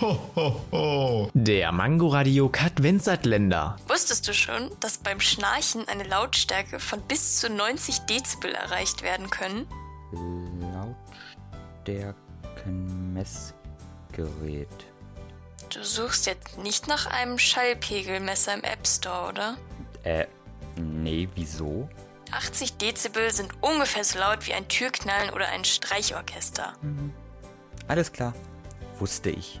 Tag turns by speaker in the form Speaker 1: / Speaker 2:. Speaker 1: Ho, ho, ho. Der Mangoradiokat Katwenzatländer.
Speaker 2: Wusstest du schon, dass beim Schnarchen eine Lautstärke von bis zu 90 Dezibel erreicht werden können?
Speaker 3: Lautstärkenmessgerät.
Speaker 2: Du suchst jetzt nicht nach einem Schallpegelmesser im App Store, oder?
Speaker 3: Äh, nee, wieso?
Speaker 2: 80 Dezibel sind ungefähr so laut wie ein Türknallen oder ein Streichorchester. Mhm.
Speaker 3: Alles klar, wusste ich.